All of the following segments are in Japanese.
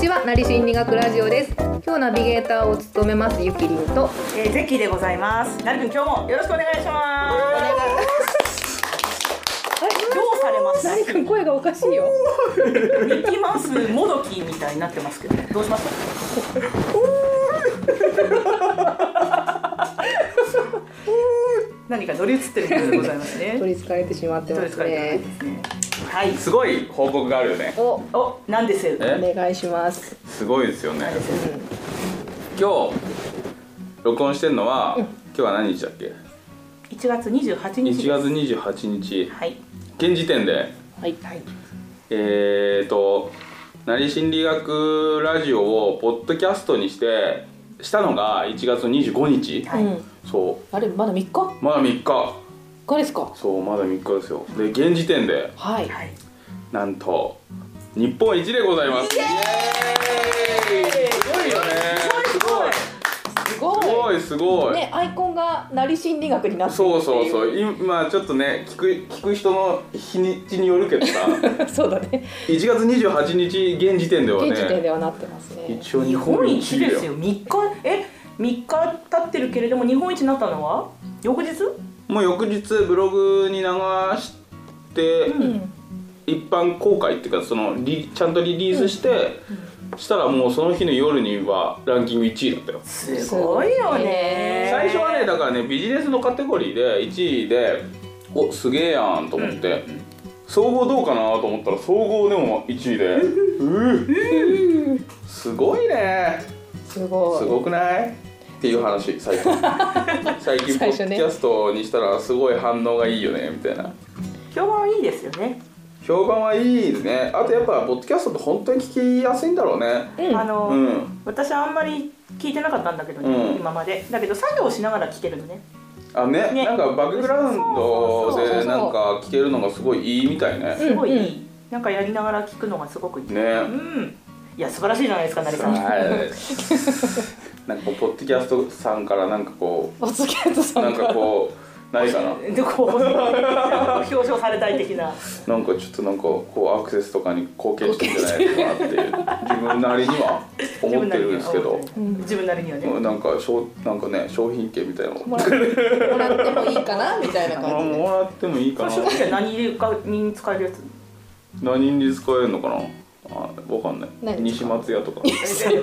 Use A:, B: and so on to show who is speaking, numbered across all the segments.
A: ちはなりしん理学ラジオです今日ナビゲーターを務めますゆきりんと
B: えー、ゼッキーでございます。なるくん、今日もよろしくお願いします。どうされま
A: なり
B: す
A: くん声がおかしいよ
B: ミッキーマウスもどきみたいになってますけど、どうしました何か乗り移ってるみたいでございますね。
A: 取りつかれてしまって
B: どう
A: ま
B: です
A: す
B: か
A: ね
B: はい。
C: すごい報告があるよね
A: おお
B: お、なんですよ。
C: え
A: 願いします
C: すごいですよね今日録音してるのは、今日は何日だっけ
B: 1月28日です。
C: 1月28日
B: はい。
C: 現時点で
A: はい
B: はい。
C: えーとなり心理学ラジオをポッドキャストにしてしたのが1月25日
B: はい。
A: うん
C: そ
A: あれまだ3日
C: うまだ3日
A: これですか
C: そうまだ3日ですよで現時点で
A: はい
B: はい。
C: なんと日本一でございますイエーイすごいよねすごい
A: すご
C: すごいすごい、
A: ねアイコンがなり心理学になってる
C: そうそう
A: う
C: そう今ちょっとね聞く聞く人の日にちによるけどさ 1
A: そうだね
C: 月28日現時点ではね
A: 現時点ではなってますね
C: 一応
B: 日本一
C: だ
B: ですよ。3日え3日経ってるけれども日本一になったのは翌日？
C: もう翌日ブログに流して、
A: うん
C: 一般公開っていうかそのリちゃんとリリースして、したらもうその日の夜にはランキング1位だったよ
B: すごいよね。
C: 最初はねだからねビジネスのカテゴリーで1位でおすげえやんと思って、総合どうかなと思ったら総合でも1位で ううすごいね
A: すごい
C: すごくないっていう話最近 最近
A: 最
C: ポッ
A: 初
C: ド
A: ね
C: キャストにしたらすごい反応がいいよねみたいな
B: 評判はいいですよね。
C: 評判はいいですねあとやっぱポッドキャストって本当に聞きやすいんだろうね
A: うん
B: あの、
C: うん
B: 私はあんまり聞いてなかったんだけどね、
C: うん
B: 今まで。だけど作業しながら聞けるのね。
C: あね
B: ね
C: なんかバックグラウンド
B: そうそうそ
A: そ
B: う
C: で
A: う
C: なんか聞けるのがすごいいいみたいね
B: すごいいい。
A: う
B: なんかやりながら聞くのがすごくいい。
C: ね
B: うん。いや素晴らしいじゃないですか成さん。
C: はい。なんかこうポッドキャストさんからなんかこ
A: おつけと
C: う
A: さ
C: なんん
A: から
C: かこうないかな。
B: でこう表彰されたい的な。
C: なんかちょっとなんかこうアクセスとかに貢献してんじゃないかなっていう自分なりには思ってるんですけど。
A: うん
B: 自分なりにはね。
C: なんかしょうなんかね商品券みたいなの
A: もらもらってもいいかなみたいな感じで
C: もらってもいい
B: そ
C: か
B: の
C: な
B: 商品って何入れか に使えるやつ。
C: 何に使えるのかなあわかんな
A: 何
C: い西松屋とか
B: 西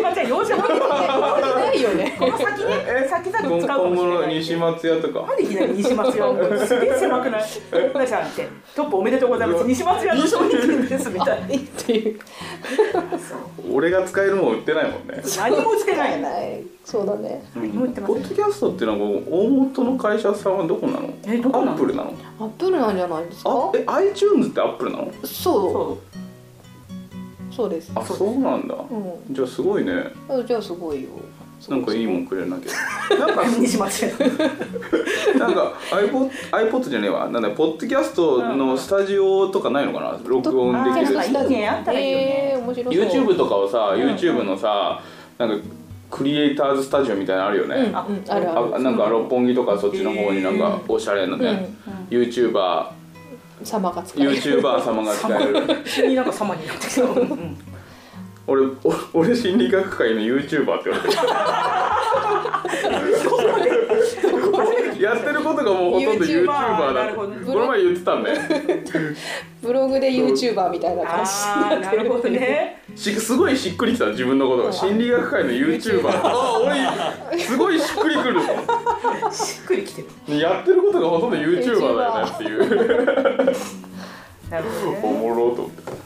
B: 松屋用事も
A: ないよね
B: この先ね先々
C: 今
B: 使うかも
C: 今
B: し
C: 後
B: れ
C: の
B: ない
C: 西松屋とか
B: なんでいきなり西松屋すげえ狭くないなちゃんってトップおめでとうございます西松屋の商品券ですみたい
A: いいっていう
C: 俺が使えるもん売ってないもんね
B: 何もつけないの
A: ないそうだね
C: ポ
B: も言ってません
C: ッドキャストっていうのはこう大元の会社さんはどこなの
B: えどこなの
C: アップルなの
A: アップルなんじゃないです
C: あ
A: か
C: え iTunes ってアップルなの
A: そ
B: そう
A: そうです
C: あそうなんだ
A: う
C: じゃあすごいね
A: んあじゃあすごいよ
C: なんかいいもんくれなきゃなんか
B: う西松屋
C: なんか iPod, iPod じゃねえわなんだポッドキャストのスタジオとかないのかな録音でき
B: あ
C: る
B: ーいいねあったらいいよね
A: えー、面白そう
C: YouTube とかはさ YouTube のさなんかクリエイターズスタジオみたいなのあるよね、
A: うん、うん、あるある
C: あなんか六本木とかそっちの方になんかおしゃれなね、YouTuberYouTuber
A: 様が使える
C: 様が使える
B: 急になんか様になってきたうん
C: 俺お 俺心理学界の YouTuber って言われてるやってることがもうほとんど
A: YouTuber
C: YouTuber
B: な
C: だ
B: るほ
C: こ
B: ど
C: の前言ってたんね
A: ブログで YouTuber みたいな感
B: ああ
A: じにな
B: な
A: ってる
B: るほどね
C: しすごいしっくりきた自分のことが心理学界の YouTuber あ俺すごいしっくりくる
B: しっくりきてる
C: やってることがほとんど YouTuber だよねっていう
B: なるほど
C: お
B: ね
C: もろと思って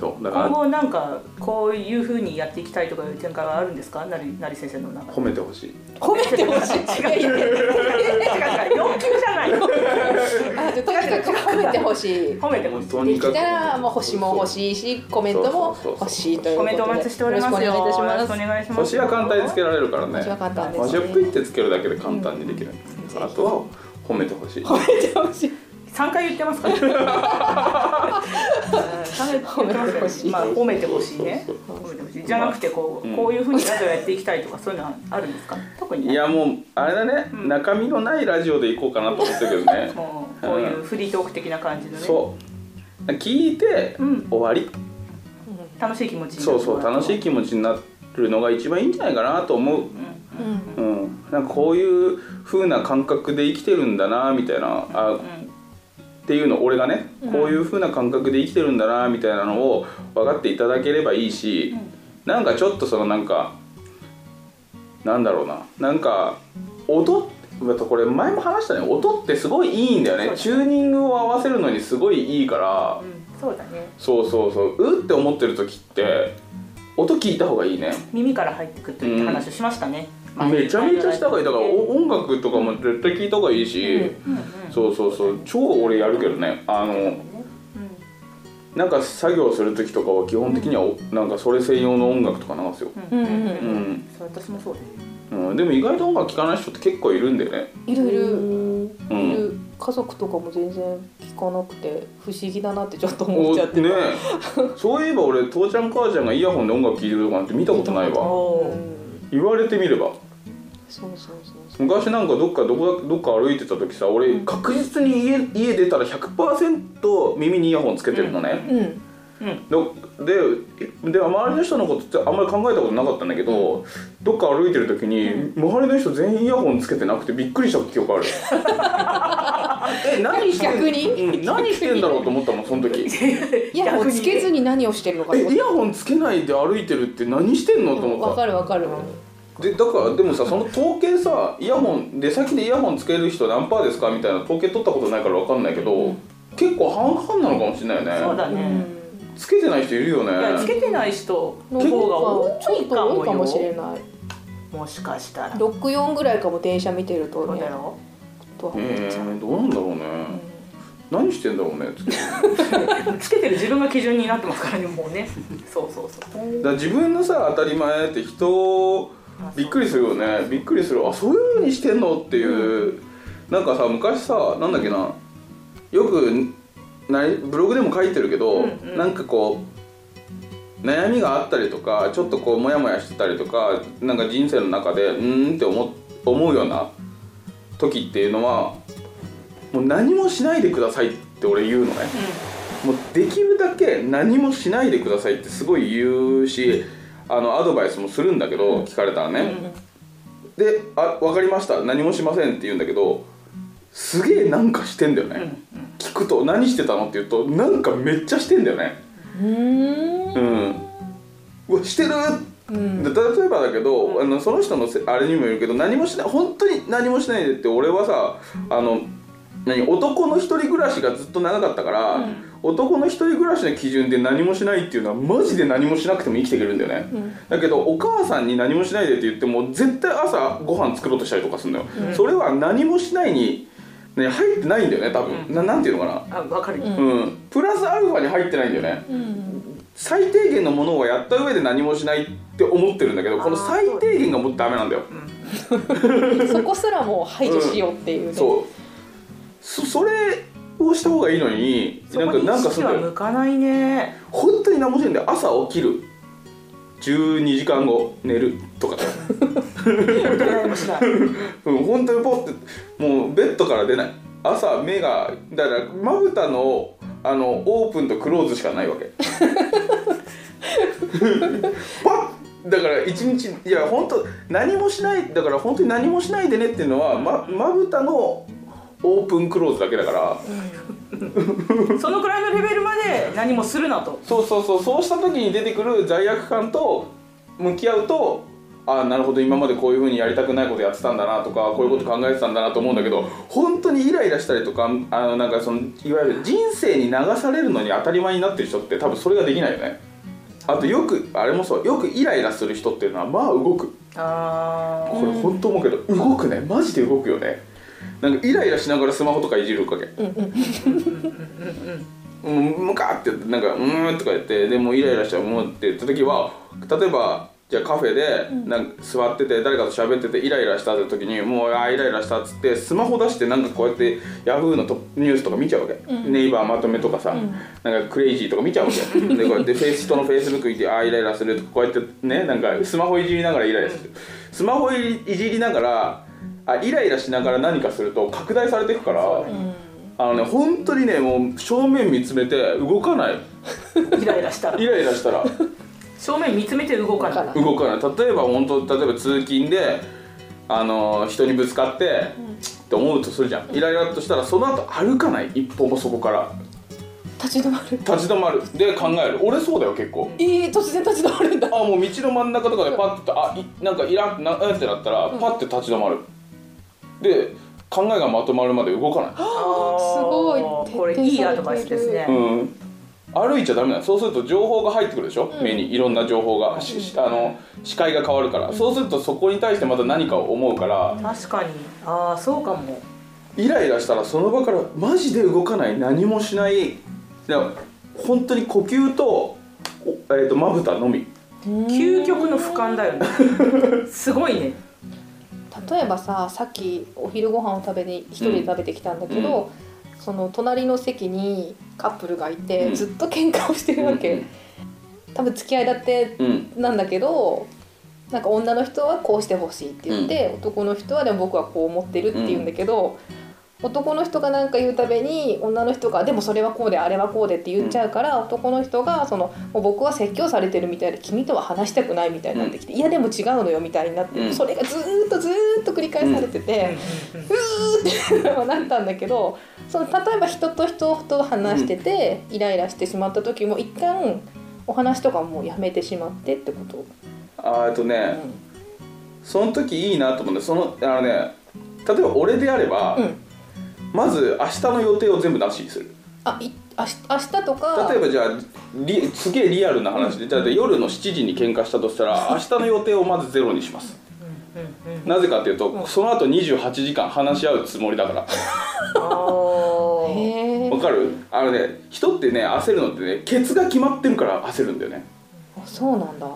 C: そうだか
B: 今
C: ら
B: 後なんかこういう風にやっていきたいとかいう展開はあるんですかなりなり先生の中で
C: 褒めてほしい
A: 褒めてほしい違うよね
B: 違う違う要求じゃない
A: あじゃあとにかく褒めてほしい
B: 褒めてほ
C: もう
B: しい
C: と
A: で
C: に
A: き
C: かく
A: たらもう星も欲しいしコメントも欲しいという
B: コ
A: ことで
B: メントお待ちしておりますよ
A: よろしくお願いいたします
B: 願いし
C: 星は簡単につけられるからね
A: 星は簡単ですね
C: 星をピッてつけるだけで簡単にできる、あとは褒めてほしい
A: 褒めてほしい
B: 三回言ってますから。褒
A: めてほしい
B: まあ褒めてほしいね
C: そう。
B: 褒めてほしい。じゃなくてこう、こういう風にラジオやっていきたいとかそういうのはあるんですか。特に
C: い
B: ね。
C: やもうあれだね、中身のないラジオで行こうかなと思ってるけど ね
B: もうこういうフリートーク的な感じのね。
C: そう聞いて、
B: うん
C: 終わり
B: 楽しい気持ちにな
C: そ
B: る
C: うそう楽しい気持ちになるのが一番いいんじゃないかなと思う
A: うん
C: うん、なんかこういう風な感覚で生きてるんだなみたいなあっていうの俺がねこういう風な感覚で生きてるんだなみたいなのを分かっていただければいいしなんかちょっとそのなんかなんだろうななんか音またこれ前も話したね音ってすごいいいんだよねチューニングを合わせるのにすごいいいから
B: うんそうだね
C: そうそうそううって思ってる時って音聞いた方がいいね
B: 耳から入ってくっていう話をしましたね、前に
C: めちゃめちゃした方がいいだからお音楽とかも絶対聞いた方がいいし、
B: うんうん
C: そうそうそう超俺やるけどねあのなんか作業する時とかは基本的にはおなんかそれ専用の音楽とか流すよ、
A: う
B: う
A: んんうん
B: う
A: んう
B: う
A: ん
C: うんん
B: そう私もそうだよ
C: うん、でも意外と音楽聴かない人って結構いるんだよね
A: いるいる
C: う
D: い
C: ん
D: る家族とかも全然聞かなくて不思議だなってちょっと思っちゃって
C: ねそういえば俺父ちゃん母ちゃんがイヤホンで音楽聴いてるとかなんて見たことないわ
D: う
B: お
D: ん
C: 言われてみれば
D: そうそうそう
C: 昔なんかどっかどこだどっか歩いてた時さ俺確実に家家出たら100%耳にイヤホンつけてるのね、
A: うん
C: どでで周りの人のことってあんまり考えたことなかったんだけど、どっか歩いてる時に、周りの人全員イヤホンつけてなくてびっくりした記憶あるえ何してん
D: 逆に
C: うん何してんだろうと思ったもんその時
D: イヤホンつけずに何をしてるのかってこと
C: えイヤホンつけないで歩いてるって何してんのと思
D: わ
C: った
D: かるわかる
C: でだからでもさその統計さイヤホン出先でイヤホンつける人何パーですかみたいな統計取ったことないから分かんないけど、結構半々なのかもしれないよね
B: そうだ
D: う
B: ね、
D: ん
C: つけてない人いるよね
B: いやつけてない人の
D: の
B: 方
D: 方
B: が
D: が
B: 多
D: ちょっ
B: いか
D: と多
B: も
D: いかもしれ
B: よ
D: ない
B: もしかしたら
D: 64ぐらいかも電車見てると
B: そう
D: ね
B: だろ
D: とは思っ
C: え
D: ちゃう
C: ー、どうなんだろうね、何してんだろうねつけてだか
B: つけてる自分が基準になってますからねもうねそうそうそう
C: ら自分のさ当たり前って人びっくりするよねびっくりするあそういうふうにしてんのっていう、なんかさ昔さなんだっけなよくなブログでも書いてるけど、
B: うんうん
C: なんかこう悩みがあったりとかちょっとこうモヤモヤしてたりとかなんか人生の中でうーんって思思うような時っていうのはもう何もしないでくださいって俺言うのね。もうできるだけ何もしないでくださいってすごい言うしあのアドバイスもするんだけど、聞かれたらね、で「あ分かりました何もしません」って言うんだけどすげえなんかしてんだよね、聞くと「何してたの?」って言うとなんかめっちゃしてんだよねうんうわしてるで例えばだけど、あのその人のせあれにもよるけど何もしない本当に何もしないでって俺はさあの何男の一人暮らしがずっと長かったから、男の一人暮らしの基準で何もしないっていうのはマジで何もしなくても生きていけるんだよね、だけどお母さんに何もしないでって言っても絶対朝ご飯作ろうとしたりとかするんだよ、それは何もしないに、ね、入ってないんだよね多分、ななんていうのかな
B: あわかる、
C: うん、プラスアルファに入ってないんだよね、最低限のものをやった上で何もしないって思ってるんだけどこの最低限がもうダメなんだよ
D: そこすらも排除しようっていうね
C: そうそそれをした方がいいのに
B: そ
C: なん
B: こ
C: か
B: に意
C: なんかす
B: 識
C: るん
B: は
C: だ
B: 向
C: よ
B: かないね
C: 本当に何もしないんだよ朝起きる12時間後寝るとかだよ
B: 何もしない
C: うん本当にポッてもうベッドから出ない朝目がだからまぶたのあのオープンとクローズしかないわけ パッだから一日いや本当何もしないだから本当に何もしないでねっていうのはままぶたのオープンクローズだけだから
B: そのくらいのレベルまで何もするなと
C: そうそうそうそうした時に出てくる罪悪感と向き合うとああなるほど今までこういうふうにやりたくないことやってたんだなとかこういうこと考えてたんだなと思うんだけど本当にイライラしたりとかあのなんかそのいわゆる人生に流されるのに当たり前になってる人って多分それができないよねあとよくあれもそうよくイライラする人っていうのはまあ動く
B: あ
C: これ本当思うけど動くねマジで動くよねなんかイライラしながらスマホとかいじるわけうんムカってなんか「うーん」とか言ってでもうイライラしちゃうもんって言った時は例えばじゃあカフェでなんか座ってて誰かと喋っててイライラしたって時にもうあーイライラしたっつってスマホ出してなんかこうやってヤフーのトップニュースとか見ちゃうわけ、ネイバーまとめとかさ、なんかクレイジーとか見ちゃうわけでこうやってフェイス人のフェイスブック見てあーイライラするとかこうやってねなんかスマホいじりながらイライラするスマホいじりながらあイライラしながら何かすると拡大されていくから。
B: そうだね
C: あのね本当にねもう正面見つめて動かない
B: イライラしたら
C: イライラした ら
B: 正面見つめて動かない
D: 動か
C: 動かない例えば本当例えば通勤であの人にぶつかって、って思うとするじゃんイライラっとしたらその後歩かない一歩もそこから
D: 立ち止まる
C: 立ち止まるで考える俺そうだよ結構
D: えー、突然立ち止まるんだ
C: あもう道の真ん中とかでパッてあいなんかいらんなうんってなったらパッて立ち止まるで考えがまとまるまで動かない
D: ごい
B: あーこれいいアドバイスですね、
C: うん、歩いちゃダメなのそうすると情報が入ってくるでしょ、目にいろんな情報が、ししあの視界が変わるから、そうするとそこに対してまた何かを思うから
B: 確かにああそうかも
C: イライラしたらその場からマジで動かない何もしないで本当に呼吸とおえーとまぶたのみ
B: 究極の俯瞰だ よねすごいね
D: 例えばささっきお昼ご飯を食べに一人で食べてきたんだけど、その隣の席にカップルがいて、
C: うん
D: ずっと喧嘩をしてるわけ、多分付き合いだって
C: うんうん
D: なんだけどなんか女の人はこうしてほしいって言って、男の人はでも僕はこう思ってるって言うんだけど、男の人が何か言うたびに女の人が「でもそれはこうであれはこうで」って言っちゃうから、男の人がその「もう僕は説教されてるみたいで君とは話したくない」みたいになってきて「いやでも違うのよ」みたいになって、
C: うん
D: それがずーっとずーっと繰り返されてて。うー ってなったんだけどその例えば人と人と話してて、イライラしてしまった時も一旦お話とかもうやめてしまってってこと、
C: あーえっとね、
D: う
C: その時いいなと思うんだそのあのね例えば俺であれば、
D: んうん、
C: まず明日の予定を全部なしにする
D: あいあし明日とか
C: 例えばじゃあリすげえリアルな話で、じゃあ夜の7時に喧嘩したとしたら明日の予定をまずゼロにします
B: うんうんうん
C: なぜかっていうと、その後28時間話し合うつもりだから
B: あー
D: へえ
C: わかるあのね人ってね焦るのってねケツが決まってるから焦るんだよね
D: あそうなんだ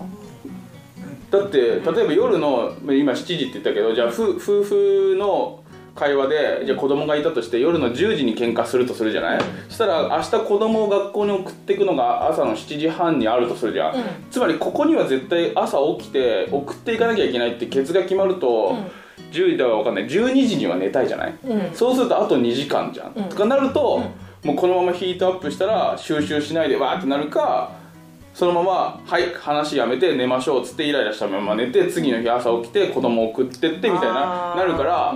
C: だって例えば夜の今7時って言ったけどじゃあ夫夫婦の会話でじゃあ子供がいたとして夜の10時に喧嘩するとするじゃないそしたら明日子供を学校に送っていくのが朝の7時半にあるとするじゃん、
D: うん
C: つまりここには絶対朝起きて送っていかなきゃいけないってケツが決まると、10時だは分かんない12時には寝たいじゃない
D: うんうん
C: そうするとあと2時間じゃん、
D: うん
C: とかなると、もうこのままヒートアップしたら収集しないでわーってなるかそのまま「はい話やめて寝ましょう」っつってイライラしたまま寝て次の日朝起きて子供送ってってみたいな
B: あー
C: なるから、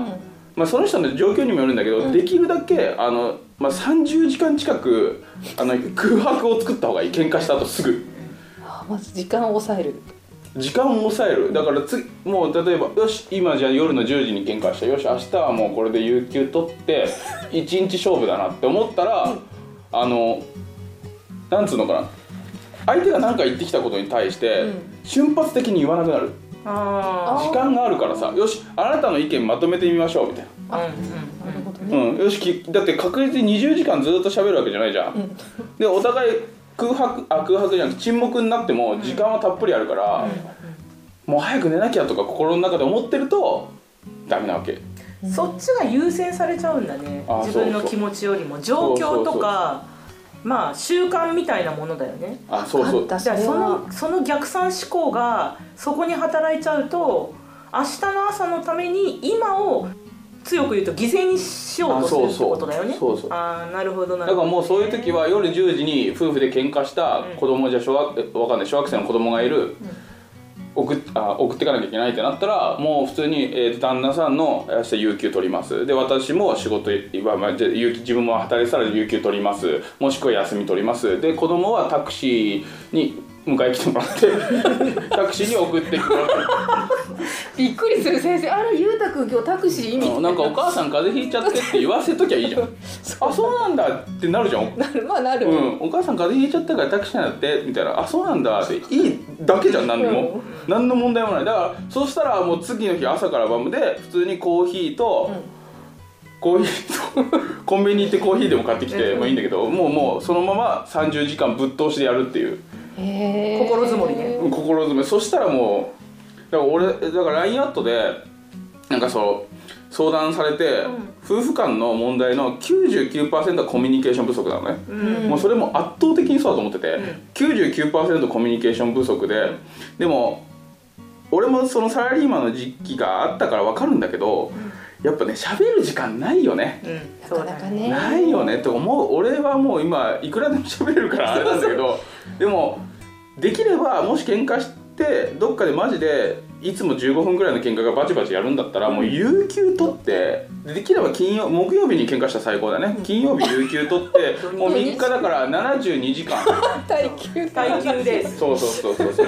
C: まあ、その人の状況にもよるんだけど、できるだけあの、まあ、30時間近くあの空白を作った方がいい喧嘩した後すぐ。
D: あまず時間を抑える
C: 時間を抑えるだからつもう例えばよし今じゃあ夜の10時に喧嘩したよし明日はもうこれで有給取って1日勝負だなって思ったらあのなんつうのかな相手が何か言ってきたことに対して、
D: うん
C: 瞬発的に言わなくなる
B: あ
D: あー
C: 時間があるからさよしあなたの意見まとめてみましょうみたい
B: ーうん
D: なるほど
C: な、
D: ね、
C: うん、よしきだって確実に20時間ずっと喋るわけじゃないじゃん、
D: うん
C: でお互い空白あ空白じゃなくて沈黙になっても時間はたっぷりあるから、もう早く寝なきゃとか心の中で思ってるとダメなわけ
B: うんうんそっちが優先されちゃうんだね
C: あー
B: 自分の気持ちよりも状況とかまあ習慣みたいなものだよね
C: あそうそう
D: 簡単
B: じゃあ
D: れ
B: そ
D: は
B: のその逆算思考がそこに働いちゃうと明日の朝のために今を強く言うと犠牲にしようとするってことだよね
C: あそうそうそうそう
B: あーなるほどな
C: だ
B: るほ
C: から
B: ど
C: もうそういう時は夜10時に夫婦で喧嘩した子供じゃ小学えわかんない小学生の子供がいる送っあ送っていかなきゃいけないってなったらもう普通に、えー旦那さんの明日有給取りますで私も仕事まあまあじゃあ有給自分も働いてたら有給取りますもしくは休み取りますで子供はタクシーに迎えに来てもらって タクシーに送ってきてもらって
D: びっくりする先生あらゆうたくん今日タクシー意味
C: なんかお母さん風邪ひいちゃってって言わせときゃいいじゃんあそうなんだってなるじゃん、うん、
D: なるまあなる、
C: お母さん風邪ひいちゃったからタクシーなんだってみたいなあそうなんだっていいだけじゃん何にも、何の問題もないだからそうしたらもう次の日朝から晩まで普通にコーヒーと、
D: うん
C: コーヒーと コンビニ行ってコーヒーでも買ってきて
B: うん
C: もいいんだけどもうもうそのまま30時間ぶっ通しでやるっていう
D: へえ
B: 心づもりね
C: 心詰めそしたらもうだから俺だから LINE アットでなんかそう相談されて、夫婦間の問題の99%はコミュニケーション不足なのね、
D: うん
C: もうそれも圧倒的にそうだと思ってて、
B: ん
C: 99%コミュニケーション不足ででも俺もそのサラリーマンの時期があったから分かるんだけどやっぱね喋る時間ないよね
B: うん、
D: なかなかね
C: ないよねって思う俺はもう今いくらでも喋れるからあれなんだけどでもできればもし喧嘩してどっかでマジでいつも15分ぐらいの喧嘩がバチバチやるんだったらもう有給取ってでできれば金曜木曜日に喧嘩したら最高だね金曜日有給取 ってもう3日だから72時間
D: 耐久
B: 耐久で
C: そうそうそうそうそう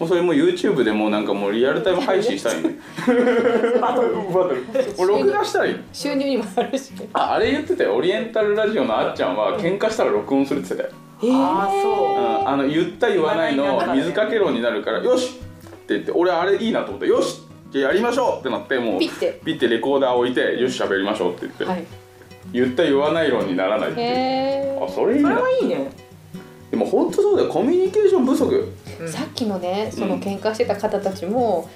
C: もうそれもう YouTube でもうなんかもうリアルタイム配信したいね
B: バトル
C: バトル俺録画したらいい
D: 収入にもなるし
C: ああれ言ってたよオリエンタルラジオのあっちゃんは喧嘩したら録音するって言ってたよ
D: えー
B: あーそう
C: うんあの言った言わない
B: 言わ
C: の
B: ない言わない
C: 水かけ論になるから「よし!」って言って俺あれいいなと思って「よし!」じゃあやりましょうってなってもう
D: ピッて
C: ピッてレコーダー置いて「よし喋りましょう」って言って、
D: はい
C: 言った言わない論にならないって
D: へ
C: いう
D: え
C: あそれいい
B: そ
C: な
B: れはいいね
C: でも本当そうだよコミュニケーション不足
B: うん
D: さっきのねその喧嘩してた方たちも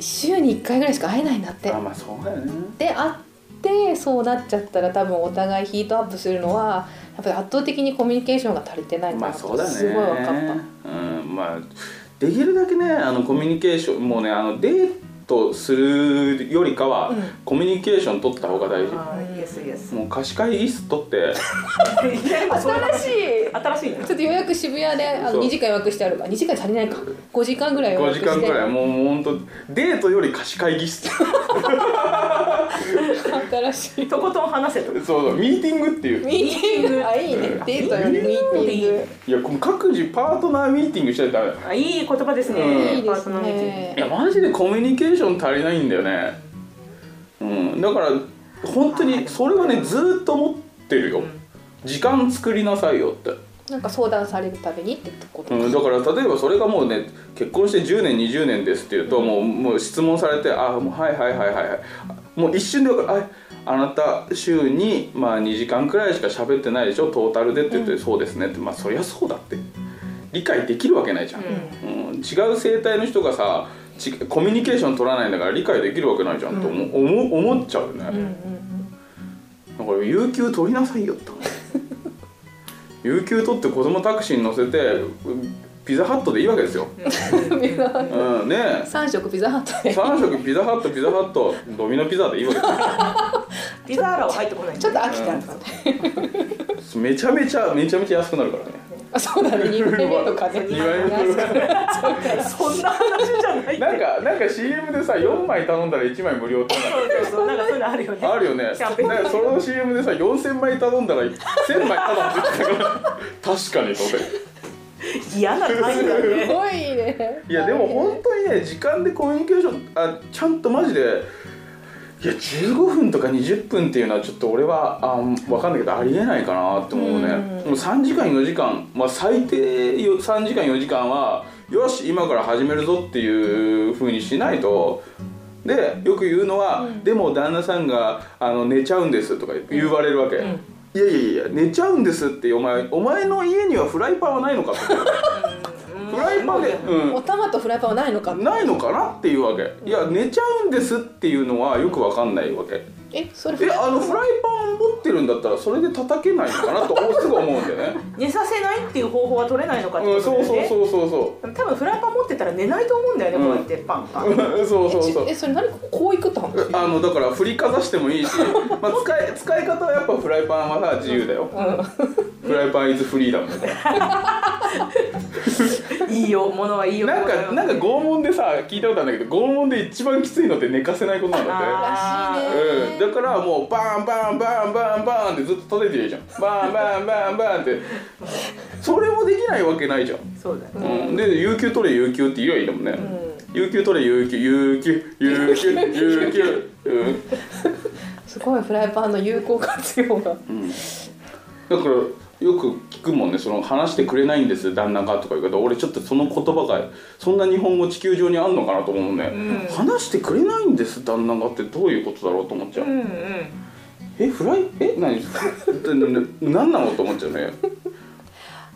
D: 週に1回ぐらいしか会えないんだって
C: あまあそうだよね
D: で会ってそうなっちゃったら多分お互いヒートアップするのはやっぱり圧倒的にコミュニケーションが足りてないな
C: まあ
D: と
C: そうだね
D: すごい分かった
C: うんまあできるだけねあのコミュニケーションもうねあのデートするよりかは、
D: うん
C: コミュニケーション取った方が大事
B: あーイエスイエス
C: もう貸し会議室取って
B: 新しい
D: 新しい
B: 新しいね
D: ちょっと予約渋谷であ
C: そう
D: の2時間予約してあるから2時間足りないか5時間ぐらい予
C: 5
D: 約
C: 時
D: して
C: 間くらいもうもうほんとデートより貸し会議室 そう
D: 新しい
B: とことん話せと
C: そうミーティングっていう
D: ミーティングあいいねデー トよりミーティング
C: いやこの各自パートナーミーティングしちゃダメだよ
B: あいい言葉です
C: うん
B: ね
D: いいで
B: パーソ
D: す
B: ナリティ
C: い
D: ね
C: やマジでコミュニケーション足りないんだよねうんだから本当にそれはねずーっと思ってるよ、
B: うん
C: 時間作りなさいよって、
D: なんか相談されるたびにってこと
C: うん、だから例えばそれがもうね結婚して10年20年ですっていうと、もうもう質問されて「あもうはいはいはいはいはい」もう一瞬で分かる「ああなた週に、まあ、2時間くらいしか喋ってないでしょトータルで」って言って「そうですね」ってまあそりゃそうだって理解できるわけないじゃん、うん、違う生態の人がさちコミュニケーション取らないんだから理解できるわけないじゃんと思,、う思う思っちゃうよね、
D: うんうんうん
C: だから有給取りなさいよと 有給取って子供タクシーに乗せてうんピザハットでいいわけですよ、うん、ねえ
D: 3食ピザハットで
C: 3食ピザハットピザハットドミノピザでいいわけで
B: ピザーラは入ってこない
D: ちょっと飽きた んだね
C: すめちゃめちゃめちゃめちゃ安くなるからね
D: あそうだね2回目とかね
C: 二枚目
B: そんな話じゃない
C: なんかなんか CM でさ4枚頼んだら1枚無料って
B: そうそうそうなんかそういうのあるよね
C: あるよねなん
B: キャンペーン
C: かその CM でさ4000枚頼んだら1000枚頼んでたから確かにと思って
B: 嫌な感じだ
D: す
B: ね
D: ごいね
C: いやでも本当にね時間でコミュニケーションあちゃんとマジでいや15分とか20分っていうのはちょっと俺はあ分かんないけどありえないかなって思う
D: うん
C: ねもう3時間4時間まあ最低よ3時間4時間はよし今から始めるぞっていう風にしないとでよく言うのは、でも旦那さんがあの寝ちゃうんですとか言われるわけ、いやいやいや寝ちゃうんですってお前お前の家にはフライパンはないのか って フライパンで、うん、
D: お玉とフライパンはないのか
C: ないのかなっていうわけいや寝ちゃうんですっていうのはよくわかんないわけ
D: えそれ
C: えあのフライパン持ってるんだったらそれで叩けないのかなと思うすぐ思うんだよ ね
B: 寝させないっていう方法は取れないのかって
C: う
B: こ
C: ん
B: と
C: そうそう
B: う
C: そうそうそ
B: 多分フライパン持ってたら寝ないと思うんだよね、こうやってパンパン
C: うそうそう
D: え
C: そ
D: ち
C: う
D: えそれ何こういくって話
C: あのだから振りかざしてもいい し、まあ、使い使い方はやっぱフライパンはさ自由だよ、フライパンイズフリーダムだ から
B: いいよ物はいいよ
C: なんかなんか拷問でさ聞いたことあるんだけど拷問で一番きついのって寝かせないことなんだって
B: あー
C: うん、だからもうバンバンバンバンバンってずっと叩いてるじゃんバンバンバンバンってそれもできないわけないじゃん、
B: そうだね
C: うん、で有給取れ有給って言えばいいんだもんね、有給取れ有給有給有給有給、うん
D: すごいフライパンの有効活用が
C: だからよく聞くもんねその話してくれないんです旦那がとか言うけど俺ちょっとその言葉がそんな日本語地球上にあんのかなと思うね、話してくれないんです旦那がってどういうことだろうと思っちゃう、
B: うんうん
C: えフライえ何 何なのと思っちゃうね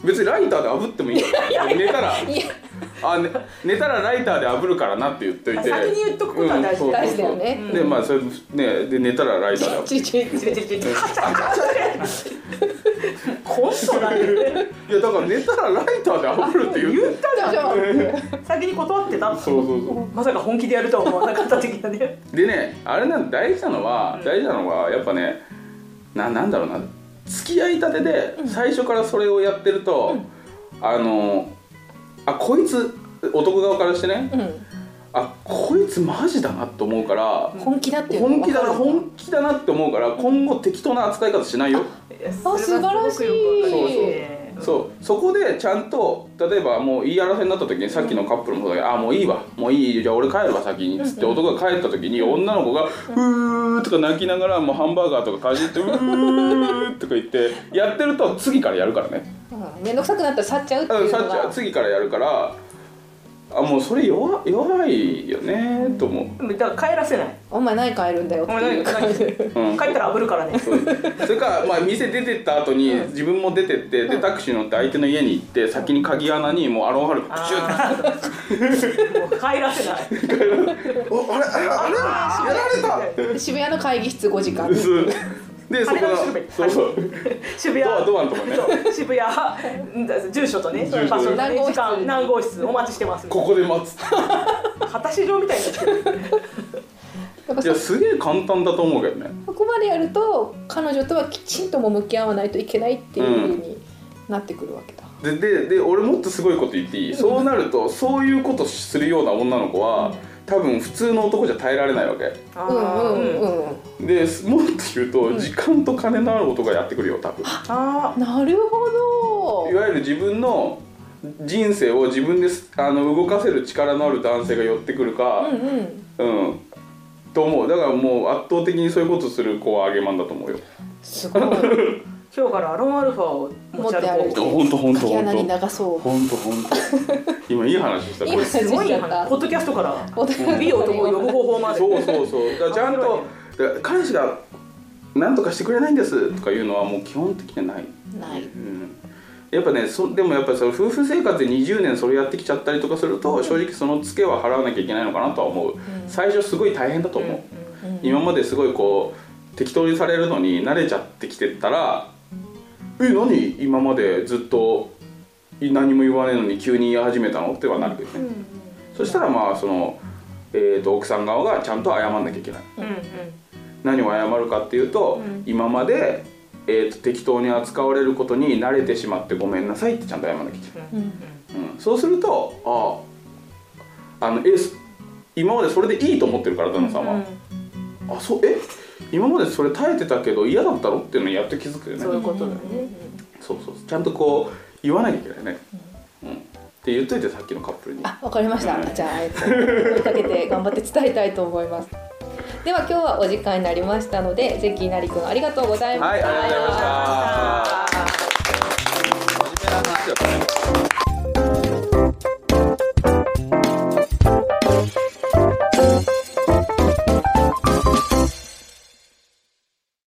C: 別にライターで炙ってもいいから寝たらあ、ね、寝たらライターで炙るからなって言っといて
B: 先に言っとくことは大事
C: うんそう
D: 大事だよね
C: そうそうでまあそれねで寝たらライターで炙る
D: ちいちい
B: ちょいちょいちょいちょい
C: あちょっと
B: こ本当だね
C: いやだから寝たらライターで炙るって言
B: 言
C: っ
B: ってたじゃん
D: じ
B: 先に断ってた
C: そうそうそう
B: まさか本気でやるとは思わなかった的なね
C: でねあれなん大事なのは、
B: うん
C: 大事なのはやっぱねななんだろうな付き合いたてで最初からそれをやってると、あのあこいつ男側からしてね、
D: ゃあうん
C: あこいつマジだなと思うから、
D: 本気だっていうのが
C: 本気だな
D: わかる
C: 本気だなって思うから今後適当な扱い方しないよ
B: あ
D: 素晴らしい
C: そうそこでちゃんと例えばもう言い争いになった時にさっきのカップルもそうだけど「あもういいわもういいじゃあ俺帰るわ先に」っつって男が帰った時に女の子が「うー」とか泣きながらもうハンバーガーとかかじって「うー」とか言ってやってると次からやるからね
D: うん面倒くさくなったら去っちゃうって
C: うん
D: いう
C: さ
D: の
C: っちゃ
D: が
C: ん次からやるからあもうそれ弱弱いよねと思う、
B: だから帰らせない
D: お前何買えるんだよっていう感じで
C: う ん
B: 帰ったら炙るからね
C: それから、まあ、店出てった後に自分も出てって、でタクシー乗って相手の家に行って先に鍵穴にもうアロンハルクシュッ
B: あーもう帰らせない
C: おあれあれあれやられた
D: 渋谷の会議室5時間
C: そうでそこ
B: 金
C: が
B: の種類
C: そうそう
B: 渋谷
C: ドアドアのとこね
B: そう渋谷住所とね
C: 住所
B: 場所とね
D: 何号室
B: 時間何号室お待ちしてます
C: ここで待つ
B: 果たし状みたいになってる
D: やっぱ
C: いやすげえ簡単だと思うけどね
D: そこまでやると彼女とはきちんとも向き合わないといけないっていうふうになってくるわけだ、
C: ででで俺もっとすごいこと言っていいそうなるとそういうことするような女の子は多分普通の男じゃ耐えられないわけ
B: あ
D: うん、
B: ー
D: うん
B: うん
D: うんうん
C: ですもっと言うと、時間と金のある男がやってくるよ多分
B: あ
D: なるほ
C: いわゆる自分の人生を自分ですあの動かせる力のある男性が寄ってくる
D: どう
C: か
D: んうん
C: うん、と思うだからもう圧倒的にそういうことする子はあげまんだと思うよ
D: すごい
B: ー今日からアロンアルファを持ち歩
D: 持って歩
B: こう
D: いて
C: ほんとほんと
D: 鍵
C: ほん
D: 穴に
C: と
D: 流そう
C: ほんとほんと今いい話したこ
D: い
C: れ
D: い話
C: そ
B: すごい
D: しちゃ った
B: なポッドキャストから
D: お互
B: いい男を呼ぶ方法まで
C: うそうそうだからちゃんとだから彼氏が「何とかしてくれないんです」とかいうのはもう基本的にはない、
D: ない
C: うん、やっぱねそでもやっぱりその夫婦生活で20年それやってきちゃったりとかすると正直そのツケは払わなきゃいけないのかなとは思う、最初すごい大変だと思う、今まですごいこう適当にされるのに慣れちゃってきてったら「え何今までずっとい何も言わねえのに急に言い始めたの?」ってはなるけどね、そしたらまあその、えー、と奥さん側がちゃんと謝んなきゃいけない
B: うんうん
C: 何を謝るかっていうと、
B: うん
C: 今まで、えー、と適当に扱われることに慣れてしまってごめんなさいってちゃんと謝んなきゃいけ
B: うんうん
C: ない、うん、そうするとあああのえ今までそれでいいと思ってるから旦那さんは、あそうえ今までそれ耐えてたけど嫌だったろっていうのやっと気づくよね
B: そういうことだね
C: そうそうちゃんとこう言わなきゃいけないね、うんって言っといてさっきのカップルに
D: あわかりました、
C: うん
D: じゃあ、えっと、追いかけて頑張って伝えたいと思いますでは今日はお時間になりましたのでゼッキーなりくんありがとうございま
C: はい
D: し
C: あ
D: た、
C: りがとうございました
B: あー
C: 真面目な話だったね